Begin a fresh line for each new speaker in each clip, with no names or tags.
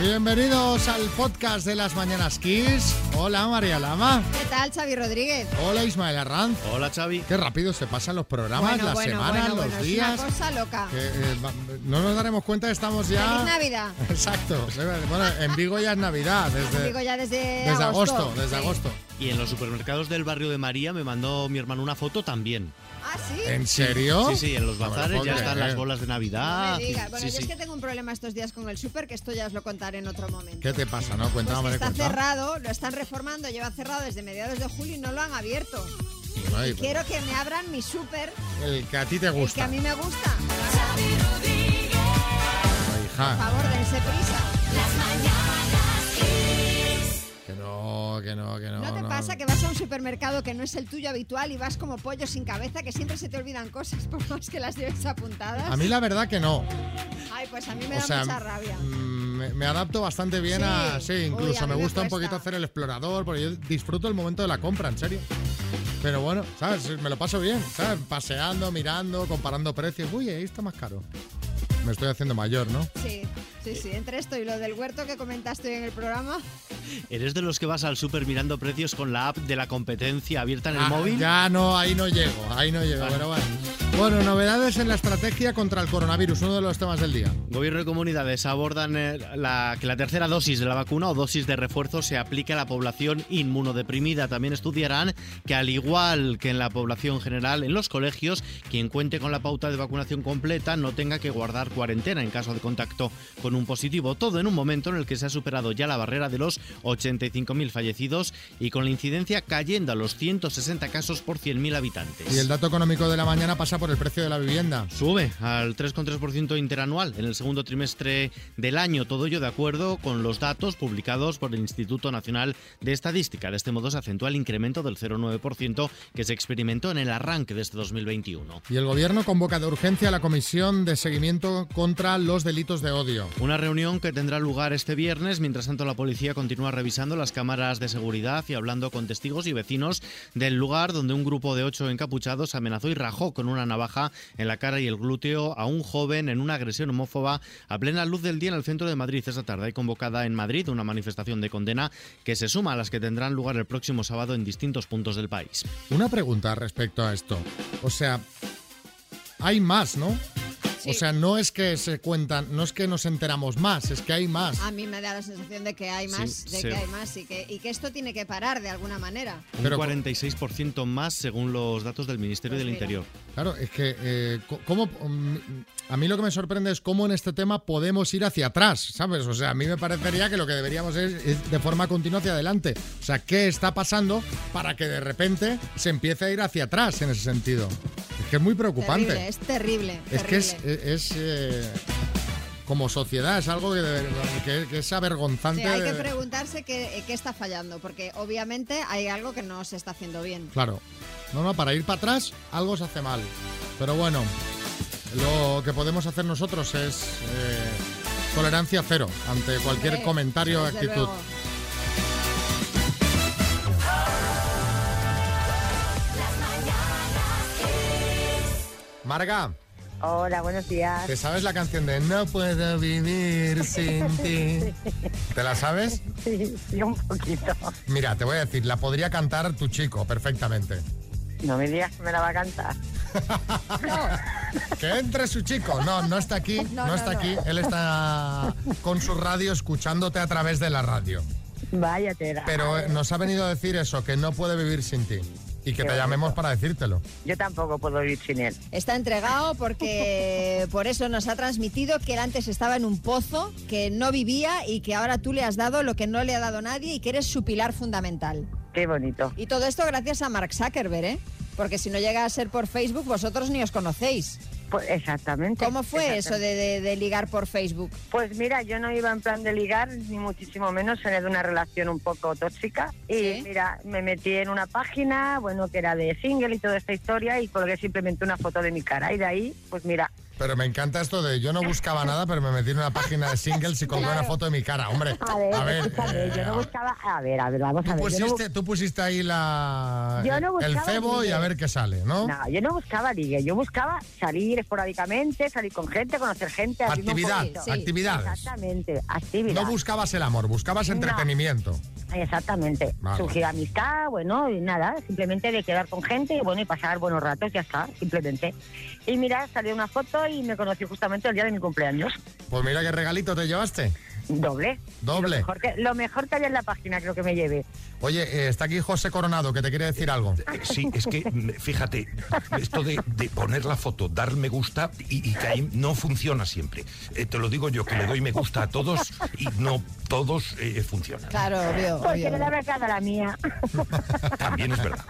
Bienvenidos al podcast de las Mañanas Kiss. Hola María Lama.
¿Qué tal, Xavi Rodríguez?
Hola Ismael Arranz.
Hola Xavi.
Qué rápido se pasan los programas,
Bueno,
las
bueno,
semanas,
bueno,
los
bueno, es
días.
una cosa loca.
Que, eh, va- no nos daremos cuenta, estamos ya.
¡Feliz Navidad!
Exacto. Bueno, en Vigo ya es Navidad, desde,
Digo ya desde,
Eh, desde agosto, Desde
Sí.
agosto.
Y en los supermercados del barrio de María me mandó mi hermano una foto también.
Ah, sí.
¿En serio?
Oh.
Sí, sí, en los
No me lo
bazares
puedo
ya
creer.
están las bolas de
eh. No
Navidad.
me digas. Bueno,
Sí,
yo es
sí.
que tengo un problema estos días con el súper, que esto ya os lo contaré en otro momento.
¿Qué te pasa, no?
Pues
Cuéntame,
que está
cuéntame.
cerrado, lo están reformando, lleva cerrado desde mediados de julio y no lo han abierto.
Ay,
Quiero que me abran mi súper,
El que a ti te
el que
gusta.
a mí me gusta.
Ay, hija.
Por favor, dense prisa.
Que no, que no, que no.
¿No te pasa que vas a un supermercado que no es el tuyo habitual y vas como pollo sin cabeza, que siempre se te olvidan cosas por más que las lleves apuntadas?
A mí la verdad que no.
Ay, pues a mí me
Ah, o
da
sea,
mucha rabia.
mm, me, me adapto bastante bien
Sí.
a... Sí,
Uy,
incluso
a mí
me
me
gusta un
cuesta.
poquito hacer el explorador, porque yo disfruto el momento de la compra, en serio. Pero bueno, ¿sabes? Me lo paso bien, ¿sabes? Paseando, mirando, comparando precios. Uy, ahí está más caro. Me estoy haciendo mayor, ¿no?
Sí, sí,
Eh,
sí, entre esto y lo del huerto que comentaste hoy en el programa.
¿Eres de los que vas al súper mirando precios con la app de la competencia abierta en el
Ah,
móvil?
Ya no, ahí no llego, ahí no llego,
Vale.
pero bueno. Bueno, novedades en la estrategia contra el coronavirus, uno de los temas del día.
Gobierno y comunidades abordan eh, la, que la tercera dosis de la vacuna o dosis de refuerzo se aplique a la población inmunodeprimida. También estudiarán que al igual que en la población general, en los colegios, quien cuente con la pauta de vacunación completa no tenga que guardar cuarentena en caso de contacto con un positivo. Todo en un momento en el que se ha superado ya la barrera de los 85.000 fallecidos y con la incidencia cayendo a los 160 casos por 100.000 habitantes.
Y el dato económico de la mañana pasa por el precio de la vivienda.
Sube al 3,3% interanual en el segundo trimestre del año, todo ello de acuerdo con los datos publicados por el Instituto Nacional de Estadística. De este modo se acentúa el incremento del 0,9% que se experimentó en el arranque de este 2021.
Y el gobierno convoca de urgencia a la Comisión de Seguimiento contra los Delitos de Odio.
Una reunión que tendrá lugar este viernes. Mientras tanto, la policía continúa revisando las cámaras de seguridad y hablando con testigos y vecinos del lugar donde un grupo de ocho encapuchados amenazó y rajó con una navaja en la cara y el glúteo a un joven en una agresión homófoba a plena luz del día en el centro de Madrid esta tarde. Hay convocada en Madrid una manifestación de condena que se suma a las que tendrán lugar el próximo sábado en distintos puntos del país.
Una pregunta respecto a esto. O sea, hay más, ¿no?
Sí.
O sea, no es que se cuentan, no es que nos enteramos más, es que hay más.
A mí me da la sensación de que hay más,
Sí,
de
sí.
que hay más y que, y que esto tiene que parar de alguna manera.
Un
Pero-
46% más según los datos del Ministerio
Pues
del
mira.
Interior.
Claro, es que eh, co- cómo mm, a mí lo que me sorprende es cómo en este tema podemos ir hacia atrás, ¿sabes? O sea, a mí me parecería que lo que deberíamos es, es de forma continua hacia adelante. O sea, ¿qué está pasando para que de repente se empiece a ir hacia atrás en ese sentido? Es que es muy preocupante.
Terrible, es terrible.
Es que es,
terrible.
es, eh, como sociedad, es algo que, de- que- que es avergonzante.
Sí, hay que
de-
preguntarse qué, qué está fallando, porque obviamente hay algo que no se está haciendo bien.
Claro. No, no, para ir para atrás algo se hace mal. Pero bueno, lo que podemos hacer nosotros es eh, tolerancia cero ante cualquier
Hombre,
comentario o
Eh, desde
actitud.
luego.
Marga,
Hola, buenos días.
¿te sabes la canción de No puedo vivir sin ti? ¿Te la sabes?
Sí, sí, un poquito.
Mira, te voy a decir, la podría cantar tu chico perfectamente.
No me digas que me la va a cantar.
Que entre su chico. No, no está aquí, no,
No, no,
está
no.
aquí. Él está con su radio escuchándote a través de la radio.
Vaya tela.
Pero eh, nos ha venido a decir eso, que no puede vivir sin ti. Y que
Qué
te llamemos
bonito.
para decírtelo.
Yo tampoco puedo vivir sin él.
Está entregado porque por eso nos ha transmitido que él antes estaba en un pozo, que no vivía y que ahora tú le has dado lo que no le ha dado nadie y que eres su pilar fundamental.
Qué bonito.
Y todo esto gracias a Mark Zuckerberg, ¿eh? Porque si no llega a ser por Facebook, vosotros ni os conocéis.
Pues exactamente.
¿Cómo fue eso
exactamente.
de, de- de ligar por Facebook?
Pues mira, yo no iba en plan de ligar, ni muchísimo menos, era de una relación un poco tóxica. Y
Sí.
mira, me metí en una página, bueno, que era de single y toda esta historia, y colgué simplemente una foto de mi cara. Y de ahí, pues mira,
Pero me encanta esto de yo no buscaba nada, pero me metí en una página de singles y colgué una foto de mi cara, hombre.
A ver, escúchame,
eh,
yo no buscaba. A ver, a ver, vamos a
tú,
ver. yo no
pusiste,
bus-
tú pusiste ahí la,
Yo no
el
buscaba
cebo y
ligue.
a ver qué sale, ¿no?
no, yo no buscaba ligue, yo buscaba salir esporádicamente, salir con gente, conocer gente. abrirme un
Actividad,
poquito.
sí.
actividades.
Exactamente, actividad.
No buscabas el amor, buscabas
No.
entretenimiento.
Exactamente.
Vale.
Surgir amistad, bueno, y nada, simplemente de quedar con gente y bueno, y pasar buenos ratos, ya está, simplemente. Y mira, salió una foto y me conocí justamente el día de mi cumpleaños.
Pues mira qué regalito te llevaste.
Doble.
Doble.
Mejor que- lo mejor que hay en la página creo que me llevé.
Oye, eh, está aquí José Coronado, que te quiere decir algo.
Eh, Sí, es que mm, fíjate, esto de, de poner la foto, dar me gusta y, y que ahí no funciona siempre. Eh, te lo digo yo, que le doy me gusta a todos y no todos eh, funcionan.
Claro, obvio.
Porque
obvio.
no le habrá quedado Pues la mía.
También es verdad.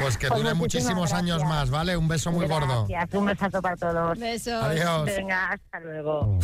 Pues que
Pues
dure
muchísimas
muchísimos años
gracias.
más, ¿vale? Un beso muy gordo.
Gracias, un besazo para todos.
Besos.
Adiós.
Venga, hasta luego.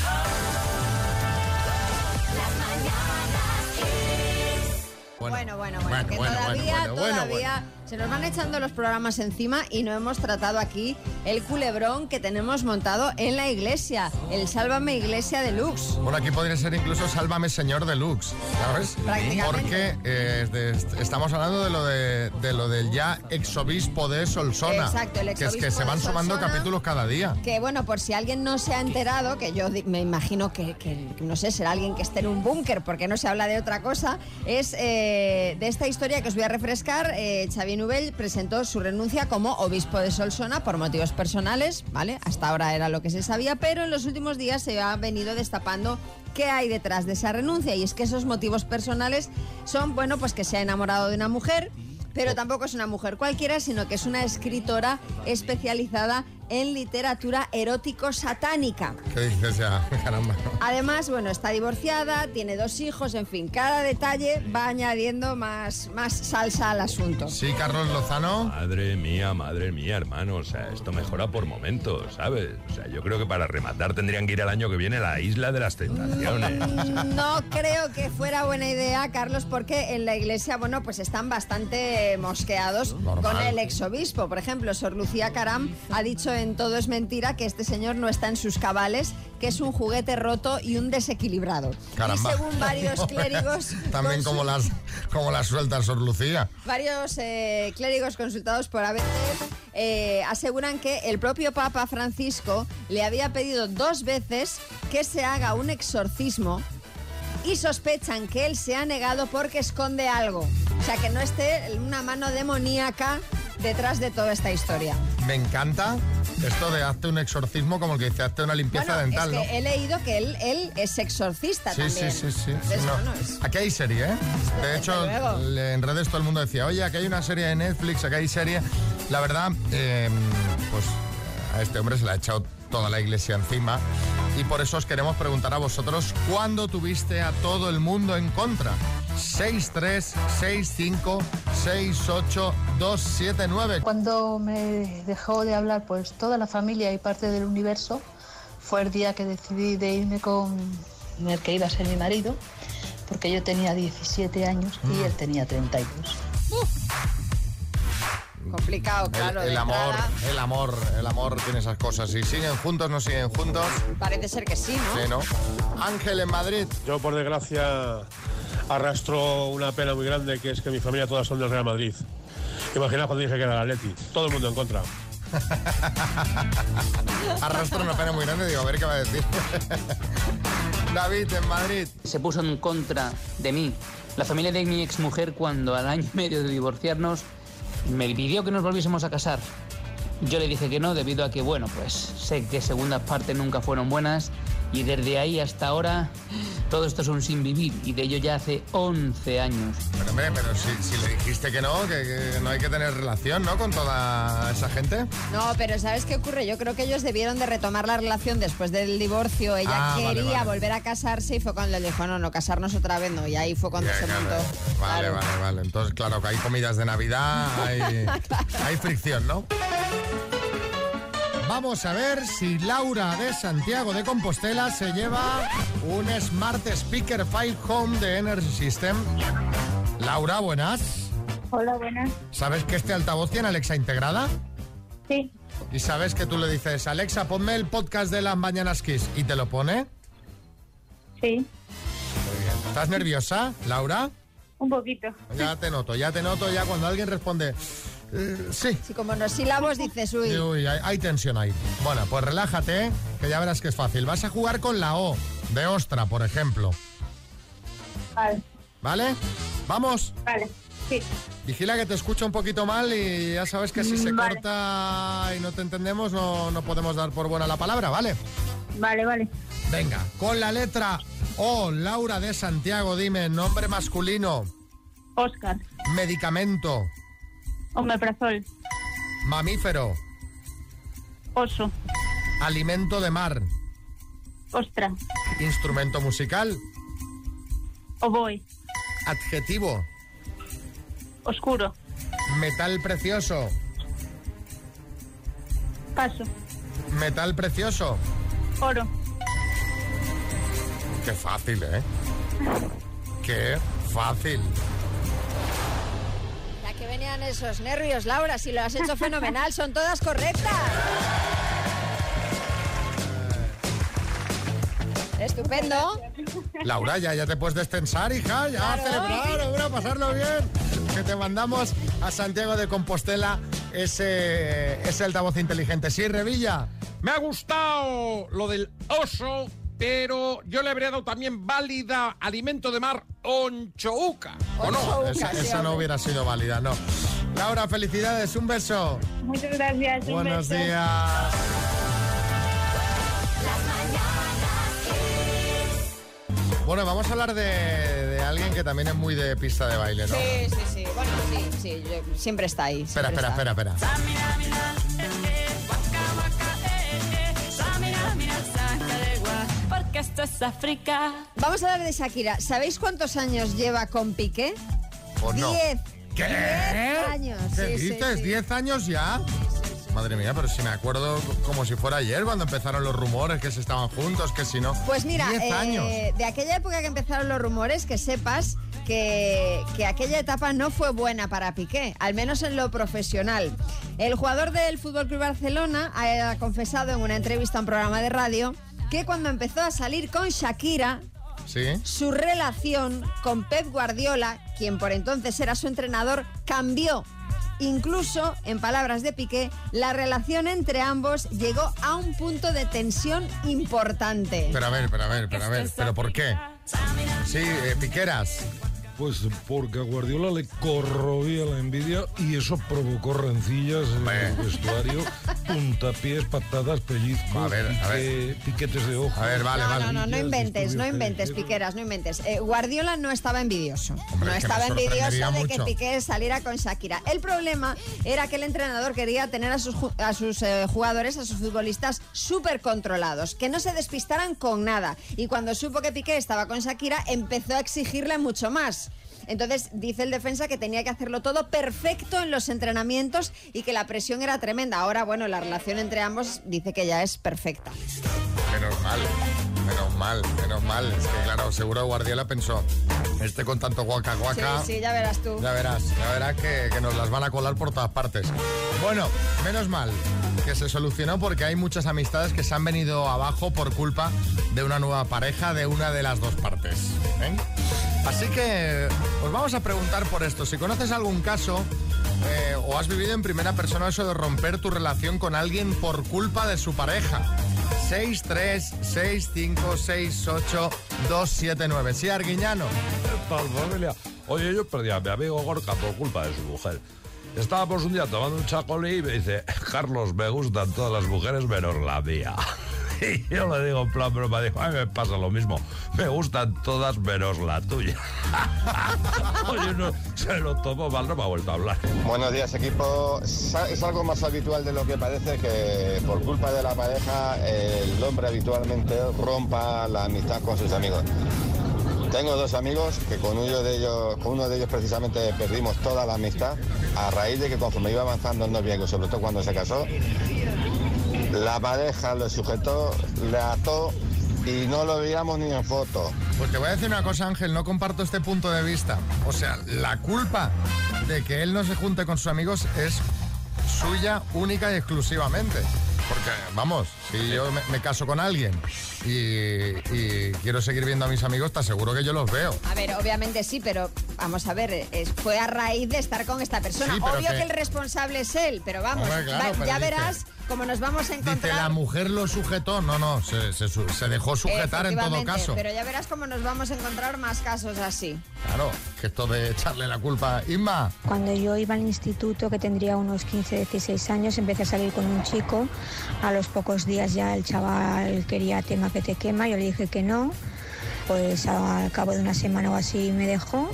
Bueno, bueno, bueno, que todavía,
bueno, bueno,
todavía se nos van echando los programas encima y no hemos tratado aquí el culebrón que tenemos montado en la iglesia, el Sálvame Iglesia Deluxe.
Bueno, aquí podría ser incluso Sálvame Señor Deluxe, ¿sabes?
Prácticamente.
Porque eh, es de- est- estamos hablando de lo, de, de lo del ya exobispo de Solsona.
Exacto, el
Que es
exobispo
que se
de
van sumando
Solsona.
capítulos cada día.
Que bueno, por si alguien no se ha enterado, que yo di- me imagino que, que, no sé, será alguien que esté en un búnker porque no se habla de otra cosa, es eh, de esta historia que os voy a refrescar. Eh, Xavi Nubel presentó su renuncia como obispo de Solsona por motivos personales, ¿vale? Hasta ahora era lo que se sabía, pero en los últimos días se ha venido destapando qué hay detrás de esa renuncia y es que esos motivos personales son, bueno, pues que se ha enamorado de una mujer. Pero tampoco es una mujer cualquiera, sino que es una escritora especializada en literatura erótico-satánica.
¿Qué dices ya? Caramba.
Además, bueno, está divorciada, tiene dos hijos, en fin, cada detalle va añadiendo más, más salsa al asunto.
Sí, Carlos Lozano.
Madre mía, madre mía, hermano. O sea, esto mejora por momentos, ¿sabes? O sea, yo creo que para rematar tendrían que ir al año que viene a la isla de las tentaciones.
No creo que fuera buena idea, Carlos, porque en la iglesia, bueno, pues están bastante eh, mosqueados
Normal.
con el exobispo. Por ejemplo, Sor Lucía Caram ha dicho en Todo es Mentira que este señor no está en sus cabales, que es un juguete roto y un desequilibrado.
Caramba.
Y según varios clérigos...
También
con
como
sus-
las, como las sueltas Sor Lucía.
Varios eh, clérigos consultados por ABC eh, aseguran que el propio Papa Francisco le había pedido dos veces que se haga un exorcismo y sospechan que él se ha negado porque esconde algo. O sea, que no esté una mano demoníaca detrás de toda esta historia.
Me encanta esto de hazte un exorcismo como el que dice hazte una limpieza
bueno,
dental,
es que
¿no?
he leído que él, él es exorcista
Sí, sí,
también.
sí, sí.
Entonces,
No.
bueno, es-
Aquí hay serie, ¿eh? De
Desde
hecho,
luego.
le- en redes todo el mundo decía, oye, aquí hay una serie de Netflix, aquí hay serie. La verdad, eh, pues a este hombre se le ha echado toda la iglesia encima. Y por eso os queremos preguntar a vosotros, ¿cuándo tuviste a todo el mundo en contra? 63 65 68 279.
Cuando me dejó de hablar pues toda la familia y parte del universo, fue el día que decidí de irme con el que iba a ser mi marido, porque yo tenía 17 años y él tenía 32.
complicado, claro.
el, el
de
amor,
entrada.
el amor, el amor tiene esas cosas. Si siguen juntos, no siguen juntos.
Parece ser que sí, ¿no?
Sí, ¿no? Ángel en Madrid.
Yo, por desgracia, arrastro una pena muy grande, que es que mi familia todas son del Real Madrid. Imagina cuando dije que era el Atleti. Todo el mundo en contra.
Arrastra una pena muy grande, digo, a ver qué va a decir. David en Madrid.
se puso en contra de mí. La familia de mi exmujer cuando al año y medio de divorciarnos me pidió que nos volviésemos a casar. Yo le dije que no debido a que, bueno, pues sé que segundas partes nunca fueron buenas y desde ahí hasta ahora todo esto es un sin vivir y de ello ya hace 11 años.
Pero hombre, pero si, si le dijiste que no, que, que no hay que tener relación, ¿no? Con toda esa gente.
No, pero ¿sabes qué ocurre? Yo creo que ellos debieron de retomar la relación después del divorcio. Ella
Ah, vale,
quería
vale.
volver a casarse y fue cuando le dijo, no, no, casarnos otra vez no. Y ahí fue cuando
Ya,
se
claro.
montó.
Vale,
Claro.
vale, vale. Entonces, claro, que hay comidas de Navidad, hay, hay fricción, ¿no? Vamos a ver si Laura de Santiago de Compostela se lleva un Smart Speaker 5 Home de Energy System. Laura, buenas.
Hola, buenas.
¿Sabes que este altavoz tiene Alexa integrada?
Sí.
Y sabes que tú le dices, Alexa, ponme el podcast de las Mañanas Kiss. ¿Y te lo pone?
Sí,
¿Estás nerviosa, Laura?
un poquito.
Ya te noto, ya te noto, ya cuando alguien responde, eh, sí.
Si como nos silabos dices, uy,
Uy, hay, hay tensión ahí. Bueno, pues relájate, que ya verás que es fácil. Vas a jugar con la O, de ostra, por ejemplo.
Vale,
¿Vale? Vamos.
vale. Sí,
Vigila que te escucho un poquito mal y ya sabes que si se
Mm, vale.
corta y no te entendemos, no, no podemos dar por buena la palabra, ¿vale?
vale, vale.
Venga, con la letra O, Laura de Santiago, dime, nombre masculino,
Oscar,
medicamento,
omeprazol,
mamífero,
oso,
alimento de mar,
ostra,
instrumento musical,
oboe,
adjetivo,
oscuro,
metal precioso,
paso,
metal precioso.
oro,
Qué fácil, ¿eh? Qué fácil.
ya que venían esos nervios, Laura, si lo has hecho fenomenal, son todas correctas. Estupendo.
Laura, ya, ya te puedes destensar, hija, ya
Claro.
a celebrar, hombre, a pasarlo bien. Que te mandamos a Santiago de Compostela ese, ese altavoz inteligente. Sí, Revilla.
Me ha gustado lo del oso, pero yo le habría dado también válida alimento de mar onchouca. ¿O no?
Esa,
Ocasión.
esa no hubiera sido válida, no. Laura, felicidades, un beso.
Muchas gracias. un
Buenos
beso.
días. Bueno, vamos a hablar de, de alguien que también es muy de pista de baile, ¿no?
Sí, sí, sí. Bueno, sí, sí. yo- siempre está ahí.
Espera,
siempre
espera,
está.
espera, espera.
Porque esto es África.
Vamos a hablar de Shakira. ¿Sabéis cuántos años lleva con Piqué?
¿O no?
Diez.
¿Qué?
Diez años.
¿Qué
sí, sí,
dices?
sí.
¿10 años ya? Madre mía, pero si me acuerdo como si fuera ayer cuando empezaron los rumores que se estaban juntos, que si no.
Pues mira,
10
eh,
años.
de aquella época que empezaron los rumores, que sepas que, que aquella etapa no fue buena para Piqué, al menos en lo profesional. El jugador del Fútbol Club Barcelona ha ha confesado en una entrevista a un programa de radio que cuando empezó a salir con Shakira,
Sí.
su relación con Pep Guardiola, quien por entonces era su entrenador, cambió. Incluso, en palabras de Piqué, la relación entre ambos llegó a un punto de tensión importante.
Pero a ver, pero a ver, pero a ver. ¿Pero por qué? Sí, eh, Piqueras.
Pues porque a Guardiola le corroía la envidia y eso provocó rencillas en el vestuario, puntapiés, patadas, pellizcos,
A ver, a ver.
pique- piquetes de ojo.
A ver, vale,
no,
vale.
no, no, no
Ya
inventes,
estudio
no inventes,
cerebro.
Piqueras, no inventes. Eh, Guardiola no estaba envidioso.
Hombre, es
no
que
estaba
me sorprendería
envidioso de que
mucho.
Piqué saliera con Shakira. El problema era que el entrenador quería tener a sus, ju- a sus eh, jugadores, a sus futbolistas súper controlados, que no se despistaran con nada. Y cuando supo que Piqué estaba con Shakira, empezó a exigirle mucho más. Entonces dice el defensa que tenía que hacerlo todo perfecto en los entrenamientos y que la presión era tremenda. Ahora, bueno, la relación entre ambos dice que ya es perfecta.
Menos mal, menos mal, menos mal. Es que claro, seguro Guardiola pensó, este con tanto guaca
Sí,
guaca.
sí, ya verás tú.
Ya verás, ya verás que, que nos las van a colar por todas partes. Bueno, menos mal que se solucionó porque hay muchas amistades que se han venido abajo por culpa de una nueva pareja de una de las dos partes. ¿eh? Así que os vamos a preguntar por esto. Si conoces algún caso eh, o has vivido en primera persona eso de romper tu relación con alguien por culpa de su pareja. 636568279. Sí, Arguiñano.
Tal familia. Oye, yo perdí a mi amigo Gorka por culpa de su mujer. Estábamos un día tomando un chacolí y me dice, Carlos, me gustan todas las mujeres menos la mía. Y yo le digo en plan broma, digo, a mí me pasa lo mismo, me gustan todas menos la tuya. Oye, no, se lo tomó mal, no me ha vuelto a hablar.
Buenos días equipo. Sa- Es algo más habitual de lo que parece que por culpa de la pareja el hombre habitualmente rompa la amistad con sus amigos. Tengo dos amigos que con uno de ellos, con uno de ellos precisamente perdimos toda la amistad a raíz de que conforme iba avanzando el noviazgo, sobre todo cuando se casó, la pareja lo sujetó, le ató y no lo veíamos ni en foto.
Pues te voy a decir una cosa, Ángel, no comparto este punto de vista. O sea, la culpa de que él no se junte con sus amigos es suya única y exclusivamente. Porque, vamos, si yo me, me caso con alguien y, y quiero seguir viendo a mis amigos, te aseguro que yo los veo.
A ver, obviamente sí, pero vamos a ver, es- fue a raíz de estar con esta persona.
Sí, pero
Obvio
que-
que... el responsable es él, pero vamos,
Hombre, claro,
va-
pero
ya
dice-
verás cómo nos vamos a
Dice, la
encontrar.
mujer lo sujetó. No, no, se, se su- se dejó sujetar en todo
Efectivamente,
caso.
Pero ya verás cómo nos vamos a encontrar más casos así.
Claro, que esto de echarle la culpa. Inma,
Cuando yo iba al instituto, que tendría unos 15, 16 años, empecé a salir con un chico. A los pocos días ya el chaval quería tema que te quema, yo le dije que no. Pues al cabo de una semana o así me dejó.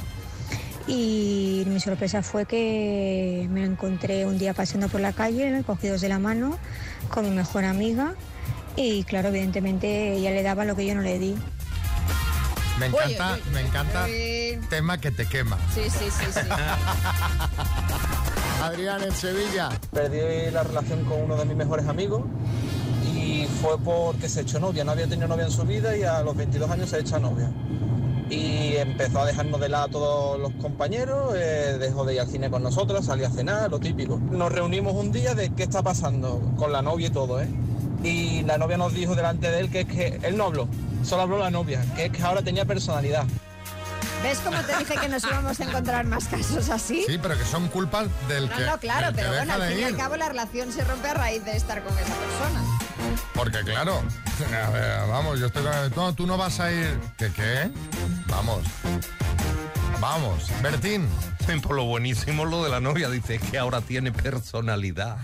Y mi sorpresa fue que me lo encontré un día paseando por la calle, cogidos de la mano, con mi mejor amiga. Y claro, evidentemente ella le daba lo que yo no le di.
me
Oye,
encanta, me encanta tema que te quema.
Sí, sí, sí, sí.
Adrián en Sevilla.
Perdí la relación con uno de mis mejores amigos y fue porque se echó novia. No había tenido novia en su vida y a los 22 años se echa novia. Y empezó a dejarnos de lado a todos los compañeros, eh, dejó de ir al cine con nosotros, salía a cenar, lo típico. Nos reunimos un día de qué está pasando con la novia y todo, ¿eh? Y la novia nos dijo delante de él que es que él no habló, solo habló la novia, que es que ahora tenía personalidad.
¿Ves cómo te dije que nos íbamos a encontrar más casos así?
Sí, pero que son culpas del
No,
que.
no, claro,
del que
pero bueno,
deja
al
de
fin y al
ir.
cabo la relación se rompe a raíz de estar con esa persona.
Porque claro, a ver, vamos, yo estoy con... No, tú no vas a ir... ¿Qué qué? Vamos. Vamos, Bertín.
Por lo buenísimo lo de la novia, dice que ahora tiene personalidad.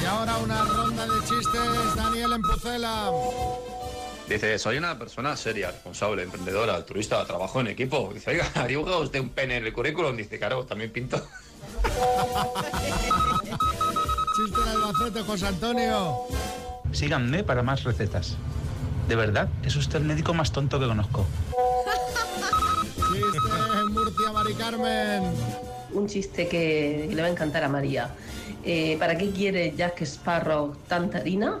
Y ahora una ronda de chistes, Daniel en Pucela.
Dice, soy una persona seria, responsable, emprendedora, altruista, trabajo en equipo. Dice, oiga, ¿ha dibujado usted un pene en el currículum? Dice, claro, también pinto.
Chiste de Albacete, José Antonio.
Síganme para más recetas. De verdad, es usted el médico más tonto que conozco.
Chiste en Murcia, Mari Carmen.
Un chiste que le va a encantar a María. Eh, ¿Para qué quiere Jack Sparrow tanta harina?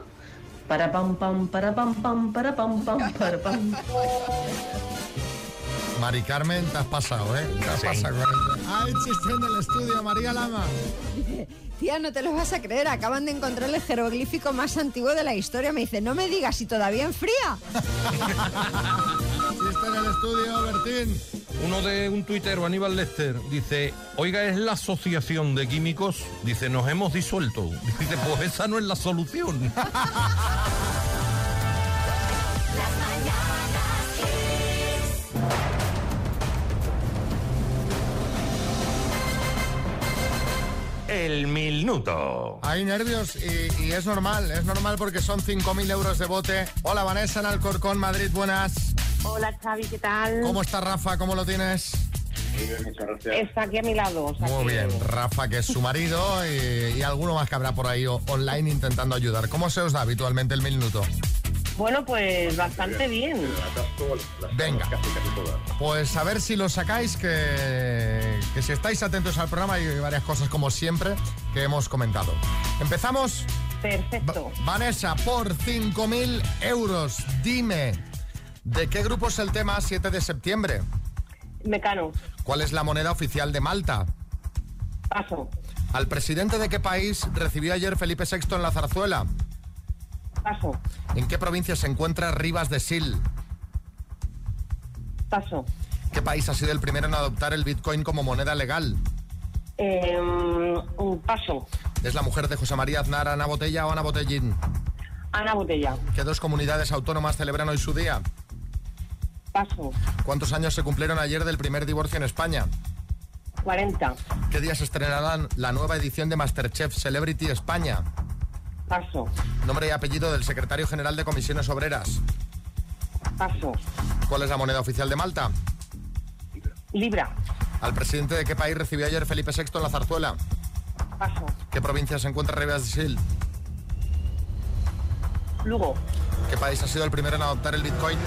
Para pam pam, para pam pam, para pam pam, para pam.
Mari Carmen, te has pasado, ¿eh? Te has pasado con el- Hay chiste en el estudio, María Lama.
Tía, no te lo vas a creer, acaban de encontrar el jeroglífico más antiguo de la historia. Me dice, no me digas si todavía enfría.
Chiste en el estudio, Bertín.
Uno de un tuitero, Aníbal Lester, dice, oiga, es la asociación de químicos, dice, nos hemos disuelto. Dice, pues esa no es la solución. El minuto.
Hay nervios y, y es normal, es normal porque son 5.000 euros de bote. Hola Vanessa en Alcorcón, Madrid, buenas.
Hola Xavi, ¿qué tal?
¿Cómo está Rafa? ¿Cómo lo tienes?
Está aquí a mi lado. o sea
Muy
que-
bien, Rafa que es su marido y, y alguno más que habrá por ahí o- online intentando ayudar. ¿Cómo se os da habitualmente el minuto?
Bueno, pues bastante bien.
Venga, pues a ver si lo sacáis, que, que si estáis atentos al programa hay varias cosas como siempre que hemos comentado. Empezamos.
Perfecto.
Vanessa, por 5.000 euros, dime, ¿de qué grupo es el tema 7 de septiembre?
Mecano,
¿Cuál es la moneda oficial de Malta?
paso,
¿Al presidente de qué país recibió ayer Felipe VI en la zarzuela?
paso,
¿En qué provincia se encuentra Rivas de Sil?
paso.
¿Qué país ha sido el primero en adoptar el Bitcoin como moneda legal?
Eh, un Em, paso.
¿Es la mujer de José María Aznar Ana Botella o Ana Botellín?
Ana Botella,
¿Qué dos comunidades autónomas celebran hoy su día?
paso.
¿Cuántos años se cumplieron ayer del primer divorcio en España?
40,
¿Qué días estrenarán la nueva edición de Masterchef Celebrity España?
paso,
Nombre y apellido del secretario general de Comisiones Obreras.
paso.
¿Cuál es la moneda oficial de Malta?
Libra,
¿Al presidente de qué país recibió ayer Felipe VI en la zarzuela?
paso.
¿Qué provincia se encuentra Rivas de Sil?
Lugo,
¿Qué país ha sido el primero en adoptar el Bitcoin?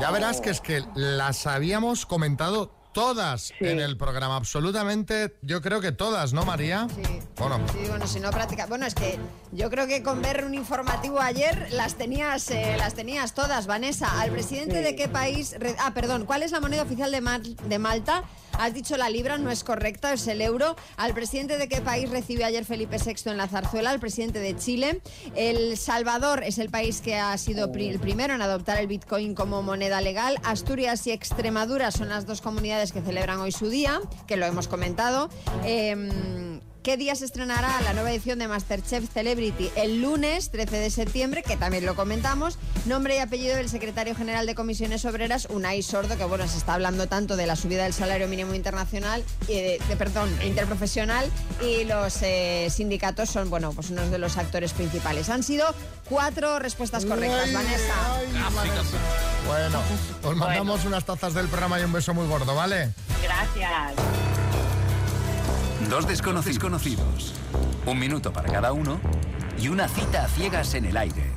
Ya verás que es que las habíamos comentado todas en el programa, absolutamente, yo creo que todas, ¿no, María?
Sí.
Bueno,
Sí, bueno, si no práctica. Bueno, es que yo creo que con ver un informativo ayer las tenías, eh, las tenías todas, Vanessa. ¿Al presidente de qué país? re- ah, perdón, ¿cuál es la moneda oficial de, Mal- de Malta? Has dicho la libra, no es correcta, es el euro. ¿Al presidente de qué país recibió ayer Felipe VI en la zarzuela? Al presidente de Chile. El Salvador es el país que ha sido pri- el primero en adoptar el Bitcoin como moneda legal. Asturias y Extremadura son las dos comunidades que celebran hoy su día, que lo hemos comentado. Em, ¿Qué día se estrenará la nueva edición de Masterchef Celebrity? El lunes 13 de septiembre, que también lo comentamos. Nombre y apellido del secretario general de Comisiones Obreras, Unai Sordo, que bueno, se está hablando tanto de la subida del salario mínimo internacional, eh, de, perdón, interprofesional, y los eh, sindicatos son, bueno, pues unos de los actores principales. Han sido cuatro respuestas correctas,
Ay,
Vanessa.
bueno, os mandamos unas tazas del programa y un beso muy gordo, ¿vale?
Gracias.
Dos desconocidos conocidos. Un minuto para cada uno y una cita a ciegas en el aire.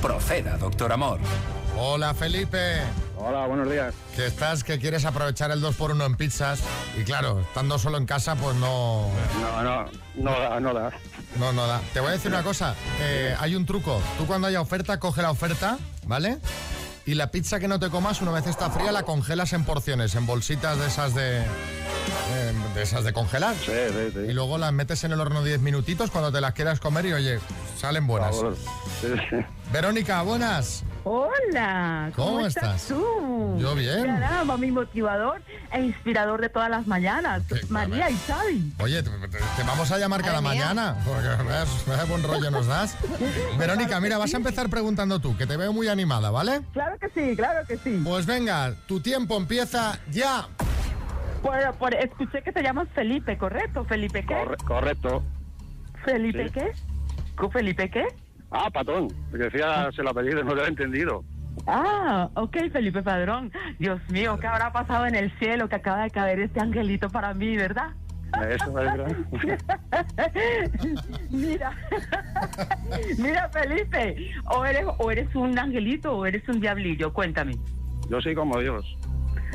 Proceda, doctor Amor.
Hola, Felipe.
Hola, buenos días.
Que estás, que quieres aprovechar el 2x1 en pizzas y claro, estando solo en casa, pues no...
No, no, no da, no da.
No, no da. Te voy a decir una cosa. eh, hay un truco. Tú cuando haya oferta, coge la oferta, ¿vale? Y la pizza que no te comas, una vez está fría, la congelas en porciones, en bolsitas de esas de... eh, de esas de congelar. Y luego las metes en el horno 10 minutitos cuando te las quieras comer y oye, salen buenas.
Por favor.
Verónica, buenas.
Hola, ¿cómo,
¿Cómo
estás?
estás?
tú?
Yo bien.
Caramba, mi motivador e inspirador de todas las mañanas, María y Xavi.
Oye, te, te- te vamos a llamar cada mañana, porque veas, veas buen rollo nos das. Verónica, mira, vas a empezar preguntando tú, que te veo muy animada, ¿vale?
Claro que sí, claro que sí.
Pues venga, tu tiempo empieza ya.
Por, por- escuché que te llamas Felipe, ¿correcto? ¿Felipe qué?
Correcto.
¿Felipe
sí.
qué? ¿Cu- ¿Felipe qué?
Ah, patón. Que decía, se lo ha pedido, no lo he entendido.
Ah, ok, Felipe Padrón. Dios mío, ¿qué habrá pasado en el cielo que acaba de caer este angelito para mí, verdad?
Eso es verdad.
Mira, mira Felipe, o eres, o eres un angelito o eres un diablillo, cuéntame.
Yo soy como Dios.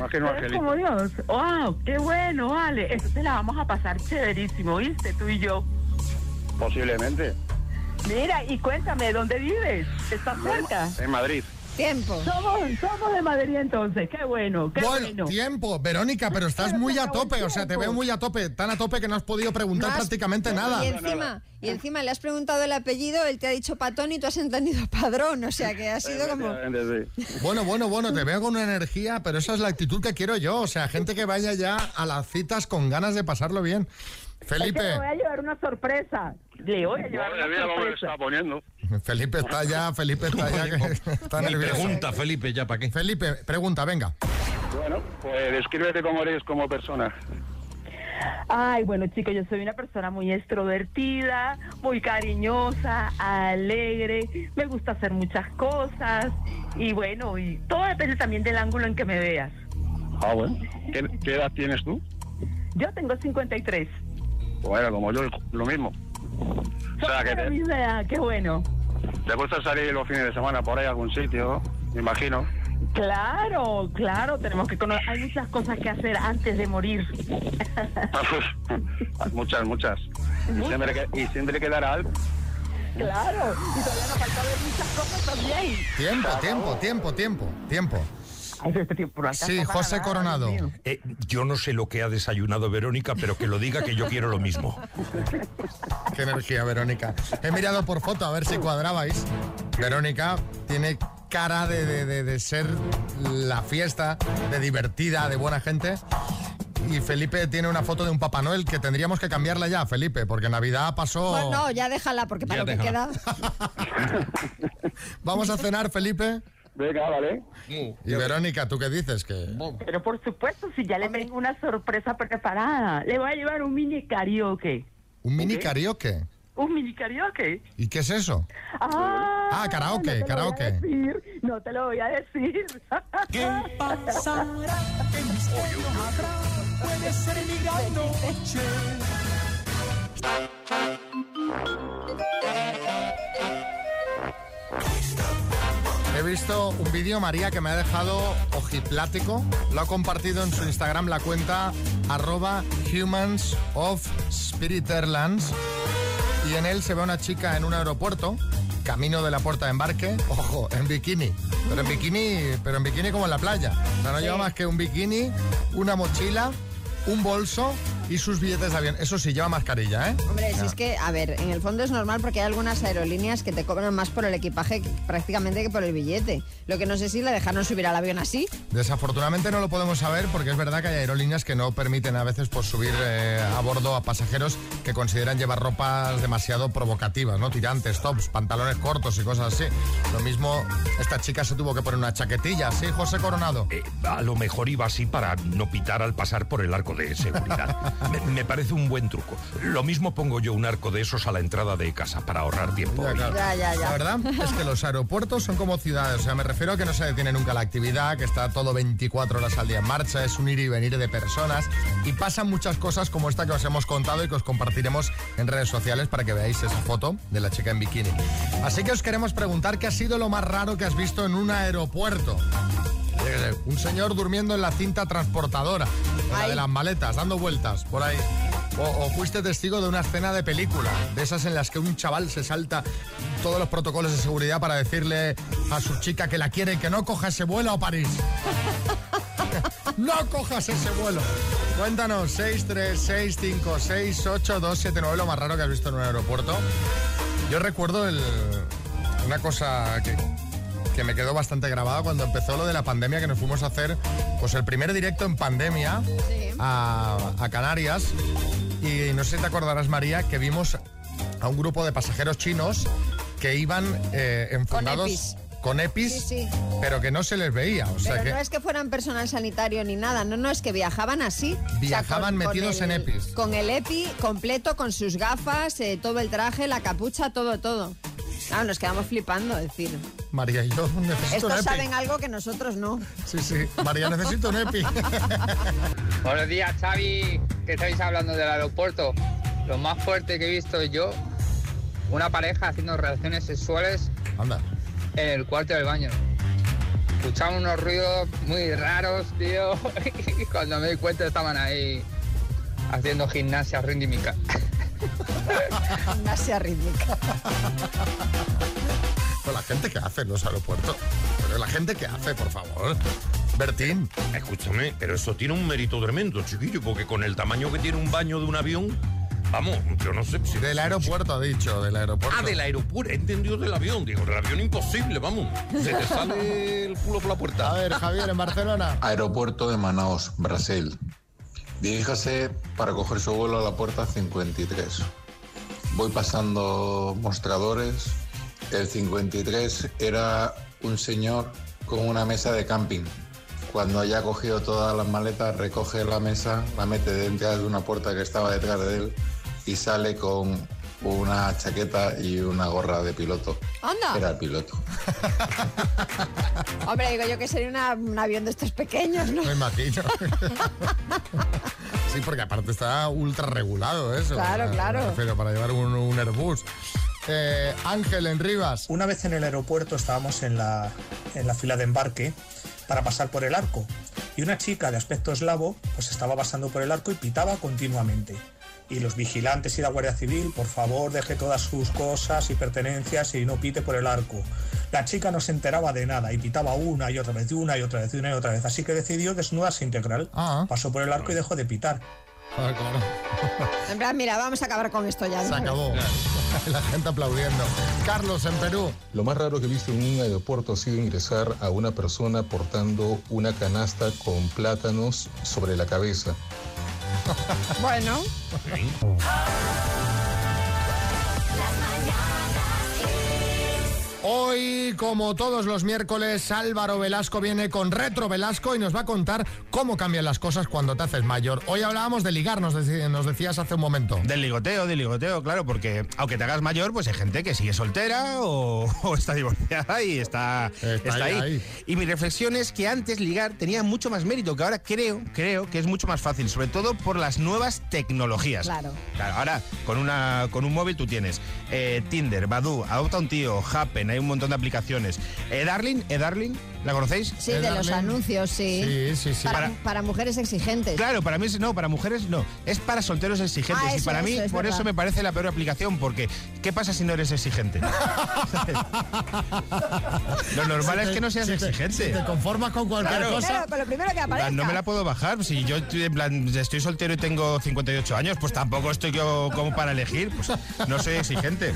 Más que no
Eres como
angelito.
Dios. ¡Wow! ¡Qué bueno, vale! Entonces la vamos a pasar chéverísimo, ¿viste? Tú y yo.
Posiblemente.
Mira, y cuéntame, ¿dónde vives? ¿Estás cerca?
eh.
En Madrid.
Tiempo.
Somos, somos de Madrid entonces, qué bueno, qué
Bueno,
bueno.
tiempo, Verónica, pero estás muy a tope, o sea, te veo muy a tope, tan a tope que no has podido preguntar
Más-
prácticamente nada.
Y encima, y encima le has preguntado el apellido, él te ha dicho patón y tú has entendido padrón, o sea que ha sido como...
Bueno, bueno, bueno, te veo con una energía, pero esa es la actitud que quiero yo, o sea, gente que vaya ya a las citas con ganas de pasarlo bien.
Es que le
Felipe,
voy a llevar una sorpresa. Le voy a llevar
Madre
una
mía, cómo me
sorpresa.
está poniendo.
Felipe está ya, Felipe está ya, que está
Ni
nervioso.
pregunta,
Felipe, ya para qué. Felipe, pregunta, venga.
Bueno, pues descríbete cómo eres como persona.
Ay, bueno, chicos, yo soy una persona muy extrovertida, muy cariñosa, alegre, me gusta hacer muchas cosas y bueno, y todo depende también del ángulo en que me veas.
Ah, bueno. ¿Qué, qué edad tienes tú?
Yo tengo 53.
Bueno, como yo, lo mismo. O sea, que
Pero
te,
mi edad, qué bueno.
te gusta salir los fines de semana por ahí a algún sitio, me imagino.
Claro, claro, tenemos que conocer. Hay muchas cosas que hacer antes de morir.
muchas, muchas. Y siempre, que, y siempre quedará algo.
Claro, y todavía nos falta ver muchas cosas también.
Tiempo, tiempo, tiempo, tiempo, tiempo.
este
Sí, José Coronado.
Eh, yo no sé lo que ha desayunado Verónica, pero que lo diga que yo quiero lo mismo.
Qué energía, Verónica. He mirado por foto a ver si cuadrabais. Verónica tiene cara de, de- de- de ser la fiesta, de divertida, de buena gente. Y Felipe tiene una foto de un Papá Noel que tendríamos que cambiarla ya, Felipe, porque Navidad pasó.
Bueno, Pues no, ya déjala, porque para
Ya
lo que
déjala.
queda...
Vamos a cenar, Felipe.
Venga, vale.
Y Verónica, ¿tú qué dices? Que...
Pero por supuesto, si ya le tengo una sorpresa preparada, le voy a llevar un mini karaoke.
¿Un mini karaoke?
¿Un mini karaoke?
¿Y qué es eso?
Ah,
Ah, karaoke,
no te lo voy a
karaoke.
decir, no te lo voy a decir. ¿Qué pasará? ¿Qué misterio habrá? Puede ser mi gran noche.
He visto un vídeo, María, que me ha dejado ojiplático. Lo ha compartido en su Instagram la cuenta arroba humans of Spiriterlands. Y en él se ve a una chica en un aeropuerto, camino de la puerta de embarque, ojo, en bikini. Pero en bikini, pero en bikini como en la playa. O sea, no lleva más que un bikini, una mochila, un bolso y sus billetes de avión. Eso sí, lleva mascarilla, ¿eh?
Hombre, si
Ya.
es que, a ver, en el fondo es normal porque hay algunas aerolíneas que te cobran más por el equipaje que- prácticamente que por el billete. Lo que no sé si la dejaron subir al avión así.
Desafortunadamente no lo podemos saber porque es verdad que hay aerolíneas que no permiten a veces pues, subir eh, a bordo a pasajeros que consideran llevar ropas demasiado provocativas, ¿no? Tirantes, tops, pantalones cortos y cosas así. Lo mismo, esta chica se tuvo que poner una chaquetilla, ¿sí, José Coronado?
Eh, A lo mejor iba así para no pitar al pasar por el arco de seguridad. Me, me parece un buen truco. Lo mismo pongo yo un arco de esos a la entrada de casa para ahorrar tiempo.
Ya, claro. La verdad es que los aeropuertos son como ciudades, o sea, me refiero a que no se detiene nunca la actividad, que está todo 24 horas al día en marcha, es un ir y venir de personas y pasan muchas cosas como esta que os hemos contado y que os compartiremos en redes sociales para que veáis esa foto de la chica en bikini. Así que os queremos preguntar qué ha sido lo más raro que has visto en un aeropuerto. Yo qué sé, Un señor durmiendo en la cinta transportadora, en la de las maletas, dando vueltas por ahí. O, o fuiste testigo de una escena de película, de esas en las que un chaval se salta todos los protocolos de seguridad para decirle a su chica que la quiere y que no coja ese vuelo a París. No cojas ese vuelo. Cuéntanos, 636568279, lo más raro que has visto en un aeropuerto. Yo recuerdo el- una cosa que, que me quedó bastante grabada cuando empezó lo de la pandemia, que nos fuimos a hacer pues, el primer directo en pandemia Ah, a, a Canarias. Y no sé si te acordarás, María, que vimos a un grupo de pasajeros chinos que iban eh, enfundados
EPIs.
con EPIs,
Sí, sí.
pero que no se les veía. O sea
Pero
que...
no es que fueran personal sanitario ni nada, no, no, es que viajaban así.
Viajaban metidos en
el-
EPIs.
Con el EPI completo, con sus gafas, eh, todo el traje, la capucha, todo, todo. Claro, nos quedamos flipando, es decir.
María, yo necesito un
Estos
EPI.
saben algo que nosotros no.
Sí, sí. María, necesito un EPI.
Buenos días, Xavi, que estáis hablando del aeropuerto. Lo más fuerte que he visto yo, una pareja haciendo relaciones sexuales
Anda.
en el cuarto del baño. Escuchamos unos ruidos muy raros, tío, y cuando me di cuenta estaban ahí haciendo gimnasia rítmica.
Gimnasia rítmica.
Con la gente que hace en los aeropuertos. Pero la gente que hace, por favor. Bertín.
Escúchame, pero eso tiene un mérito tremendo, chiquillo, porque con el tamaño que tiene un baño de un avión, vamos, yo no sé si...
Del aeropuerto ha dicho, del aeropuerto.
Ah, del aeropuerto, he entendido del avión, digo, del avión imposible, vamos. Se te sale el culo por la puerta.
A ver, Javier, en Barcelona.
Aeropuerto de Manaus, Brasil. Diríjase para coger su vuelo a la puerta 53. Voy pasando mostradores. El 53 era un señor con una mesa de camping. Cuando haya cogido todas las maletas, recoge la mesa, la mete dentro de una puerta que estaba detrás de él y sale con una chaqueta y una gorra de piloto.
Anda.
Era el piloto.
Hombre, digo yo que sería una- un avión de estos pequeños, ¿no?
Me imagino. Sí, porque aparte está ultra regulado eso.
Claro, claro.
Pero para llevar un, un Airbus. Eh, Ángel en Rivas.
Una vez en el aeropuerto estábamos en la, en la fila de embarque para pasar por el arco y una chica de aspecto eslavo pues estaba pasando por el arco y pitaba continuamente. Y los vigilantes y la Guardia Civil, por favor, deje todas sus cosas y pertenencias y no pite por el arco. La chica no se enteraba de nada y pitaba una y otra vez, y una y otra vez, y una y otra vez. Así que decidió desnudarse integral.
Ah.
Pasó por el arco y dejó de pitar.
En plan, mira, vamos a acabar con esto ya. Se
acabó. La gente aplaudiendo. Carlos en Perú.
Lo más raro que he visto en un aeropuerto ha sido ingresar a una persona portando una canasta con plátanos sobre la cabeza.
Bueno.
Hoy, como todos los miércoles, Álvaro Velasco viene con Retro Velasco y nos va a contar cómo cambian las cosas cuando te haces mayor. Hoy hablábamos de ligar, nos, deci- nos decías hace un momento.
Del ligoteo, del ligoteo, claro, porque aunque te hagas mayor, pues hay gente que sigue soltera o, o está divorciada y está, está
ahí,
ahí.
ahí.
Y mi reflexión es que antes ligar tenía mucho más mérito, que ahora creo, creo que es mucho más fácil, sobre todo por las nuevas tecnologías.
Claro.
Claro, ahora con, una, con un móvil tú tienes eh, Tinder, Badu, Adopta un tío, Happen, hay hay un montón de aplicaciones. Eh, Edarling, Edarling, ¿la conocéis?
Sí, de los anuncios, sí.
Sí, sí, sí. Para-
Para, para mujeres exigentes.
Claro, para mí es- no, para mujeres no. Es para solteros exigentes.
Ah,
eso,
y para mí,
eso, es
por
verdad.
eso me parece la peor aplicación, porque ¿qué pasa si no eres exigente? Lo normal es que no seas exigente.
Te conformas con cualquier
Claro.
cosa.
Claro, con lo primero que
En plan,
aparezca.
No me la puedo bajar. Si yo estoy, en plan, estoy soltero y tengo 58 años, pues tampoco estoy yo como para elegir. Pues no soy exigente.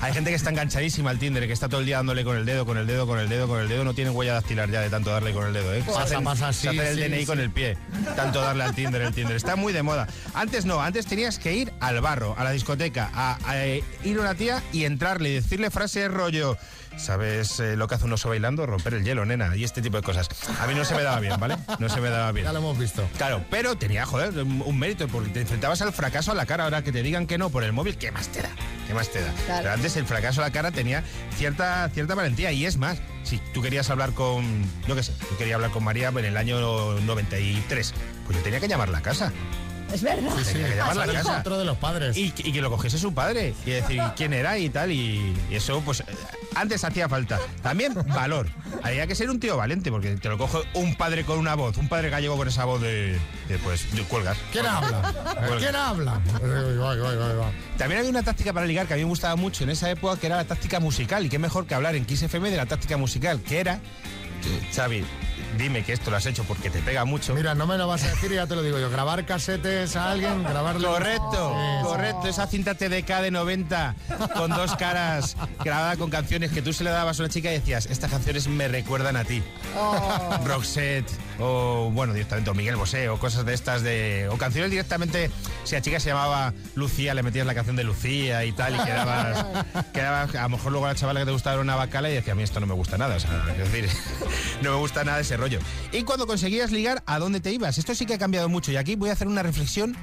Hay gente que está enganchadísima al Tinder, que está todo el día dándole con el dedo, con el dedo, con el dedo, con el dedo. No tiene huella dactilar ya de tanto darle con el dedo. ¿eh?
Pasa,
Se hacen-
pasa,
se
sí,
hacen el
sí,
DNI con
sí.
el pie. Tanto darle al Tinder, el Tinder. Está muy de moda. Antes no, antes tenías que ir al barro, a la discoteca, a, a, eh, ir a una tía y entrarle y decirle frases rollo. ¿Sabes eh, lo que hace un oso bailando? Romper el hielo, nena, y este tipo de cosas. A mí no se me daba bien, ¿vale? No se me daba bien.
Ya lo hemos visto.
Claro, pero tenía, joder, un un mérito, porque te enfrentabas al fracaso a la cara. Ahora que te digan que no por el móvil, ¿qué más te da? ¿Qué más te da?
Claro.
Pero antes el fracaso a la cara tenía cierta, cierta valentía. Y es más, si tú querías hablar con, yo qué sé, yo quería hablar con María en el año 93, pues yo tenía que llamarla a casa.
Es verdad.
Sí, sí, que
Pasa
llamarla a
del
casa.
control de los padres.
Y, que- y que lo cogiese su padre y decir quién era y tal. Y, y eso, pues, eh, antes hacía falta. También valor. Había que ser un tío valente, porque te lo coge un padre con una voz, un padre gallego con esa voz de. de, pues, de- cuelgas.
¿Quién habla?
Cuelgas.
¿Quién habla? Uy, uy, uy, uy, uy.
También había una táctica para ligar que a mí me gustaba mucho en esa época, que era la táctica musical. Y qué mejor que hablar en Kiss FM de la táctica musical, que era. eh, Xavi, dime que esto lo has hecho porque te pega mucho.
Mira, no me lo vas a decir y ya te lo digo yo. Grabar casetes a alguien, grabarle.
Correcto,
Sí,
correcto. Esa cinta TDK de 90 con dos caras grabada con canciones que tú se le dabas a una chica y decías, estas canciones me recuerdan a ti. Roxette o, bueno, directamente o Miguel Bosé o cosas de estas de... O canciones directamente, si la chica se llamaba Lucía, le metías la canción de Lucía y tal y quedabas... quedabas a lo mejor luego a la chavala que te gustaba era una bacala y decía, a mí esto no me gusta nada. O sea, es decir, no me gusta nada ese rollo. Y cuando conseguías ligar, ¿a dónde te ibas? Esto sí que ha cambiado mucho y aquí voy a hacer una reflexión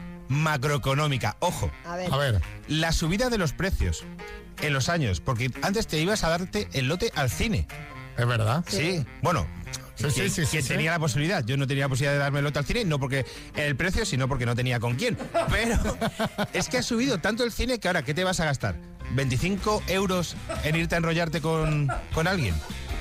macroeconómica. Ojo
A ver.
A ver.
la subida de los precios en los años, porque antes te ibas a darte el lote al cine.
Es verdad.
Sí. Bueno,
Sí, sí,
que-
sí, sí,
que
sí.
tenía la posibilidad. Yo no tenía la posibilidad de darme el lote al cine, no porque el precio, sino porque no tenía con quién. Pero es que ha subido tanto el cine que ahora, ¿qué te vas a gastar? ¿25 euros en irte a enrollarte con, con alguien?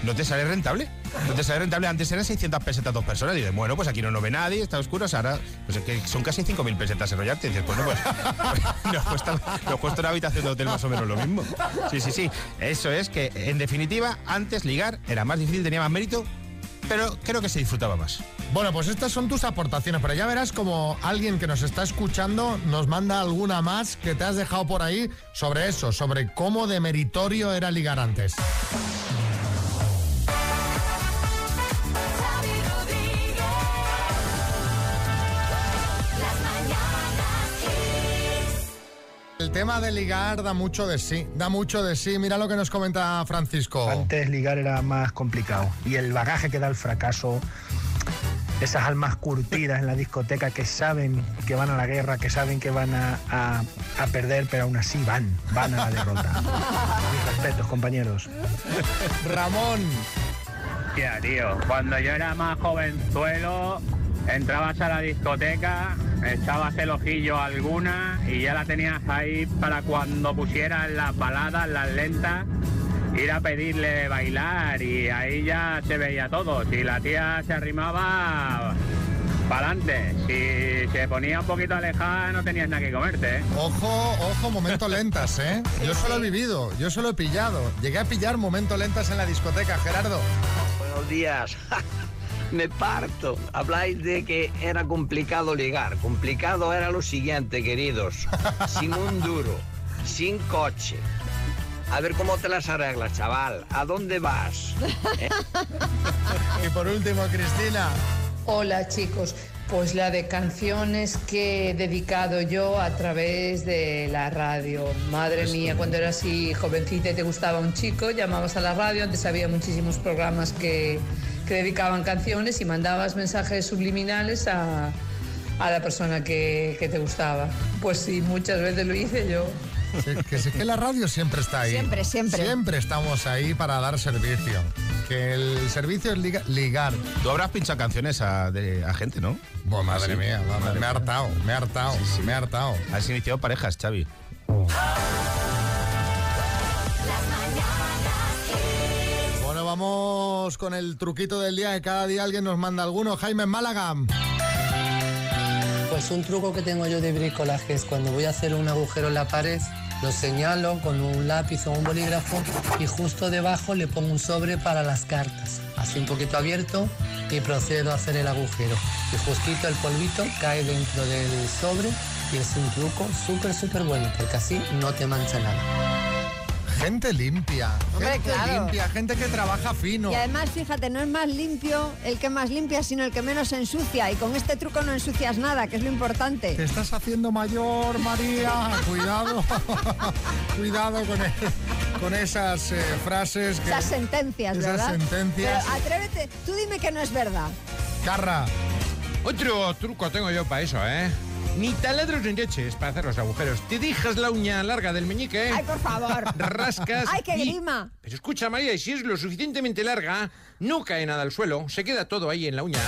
¿No te sale rentable? ¿No te sale rentable? Antes eran 600 pesetas dos personas. Y dices, bueno, pues aquí no nos ve nadie, está oscuro. o sea, Ahora, pues es que son casi 5.000 pesetas enrollarte. Y dices, bueno, pues nos cuesta, nos cuesta una habitación de hotel más o menos lo mismo. Sí, sí, sí. Eso es que, en definitiva, antes ligar era más difícil, tenía más mérito, pero creo que se disfrutaba más.
Bueno, pues estas son tus aportaciones, pero ya verás como alguien que nos está escuchando nos manda alguna más que te has dejado por ahí sobre eso, sobre cómo de meritorio era ligar antes. El tema de ligar da mucho de sí, da mucho de sí. Mira lo que nos comenta Francisco.
Antes ligar era más complicado. Y el bagaje que da el fracaso, esas almas curtidas en la discoteca que saben que van a la guerra, que saben que van a, a- a perder, pero aún así van, van a la derrota. Mis respetos, compañeros.
Ramón.
Hostia, tío, cuando yo era más jovenzuelo, entrabas a la discoteca, echabas el ojillo a alguna y ya la tenías ahí para cuando pusieras las baladas, las lentas, ir a pedirle bailar y ahí ya se veía todo. Si la tía se arrimaba, para adelante. Si se ponía un poquito alejada, no tenías nada que comerte, ¿eh?
Ojo, ojo, momentos lentas, ¿eh? Yo solo he vivido, yo solo he pillado. Llegué a pillar momentos lentas en la discoteca, Gerardo.
Buenos días. Me parto. Habláis de que era complicado ligar. Complicado era lo siguiente, queridos. Sin un duro, sin coche. A ver cómo te las arreglas, chaval. ¿A dónde vas? ¿Eh?
Y por último, Cristina.
Hola chicos, pues la de canciones que he dedicado yo a través de la radio. Madre mía, cuando era así jovencita y te gustaba un chico, llamabas a la radio, antes había muchísimos programas que, que dedicaban canciones y mandabas mensajes subliminales a, a la persona que, que te gustaba. Pues sí, muchas veces lo hice yo.
Sí, que, sí, que la radio siempre está ahí.
Siempre, siempre.
Siempre estamos ahí para dar servicio. Que el servicio es liga- ligar.
Tú habrás pinchado canciones a, de- a gente, ¿no?
Pues madre
Sí.
mía, madre, me ha hartado, me ha hartado, me ha hartado.
Has iniciado parejas, Xavi.
vamos con el truquito del día, que cada día alguien nos manda alguno. Jaime en Málaga.
Pues un truco que tengo yo de bricolaje es cuando voy a hacer un agujero en la pared, lo señalo con un lápiz o un bolígrafo y justo debajo le pongo un sobre para las cartas, así un poquito abierto y procedo a hacer el agujero. Y justito el polvito cae dentro del sobre y es un truco súper, súper bueno porque así no te mancha nada.
Gente limpia.
Hombre,
gente
claro.
limpia, gente que trabaja fino.
Y además, fíjate, no es más limpio el que más limpia, sino el que menos ensucia. Y con este truco no ensucias nada, que es lo importante.
Te estás haciendo mayor, María. Cuidado. Cuidado con, e- con esas eh, frases que.
Esas sentencias,
esas
¿verdad?
sentencias.
Pero atrévete, tú dime que no es verdad.
Carra.
Otro truco tengo yo para eso, ¿eh? Ni taladros ni leches para hacer los agujeros. Te dejas la uña larga del meñique. ¿eh?
Ay, por favor.
Rascas.
Ay, qué
y-
grima.
Pero escucha, María, y si es lo suficientemente larga, no cae nada al suelo. Se queda todo ahí en la uña.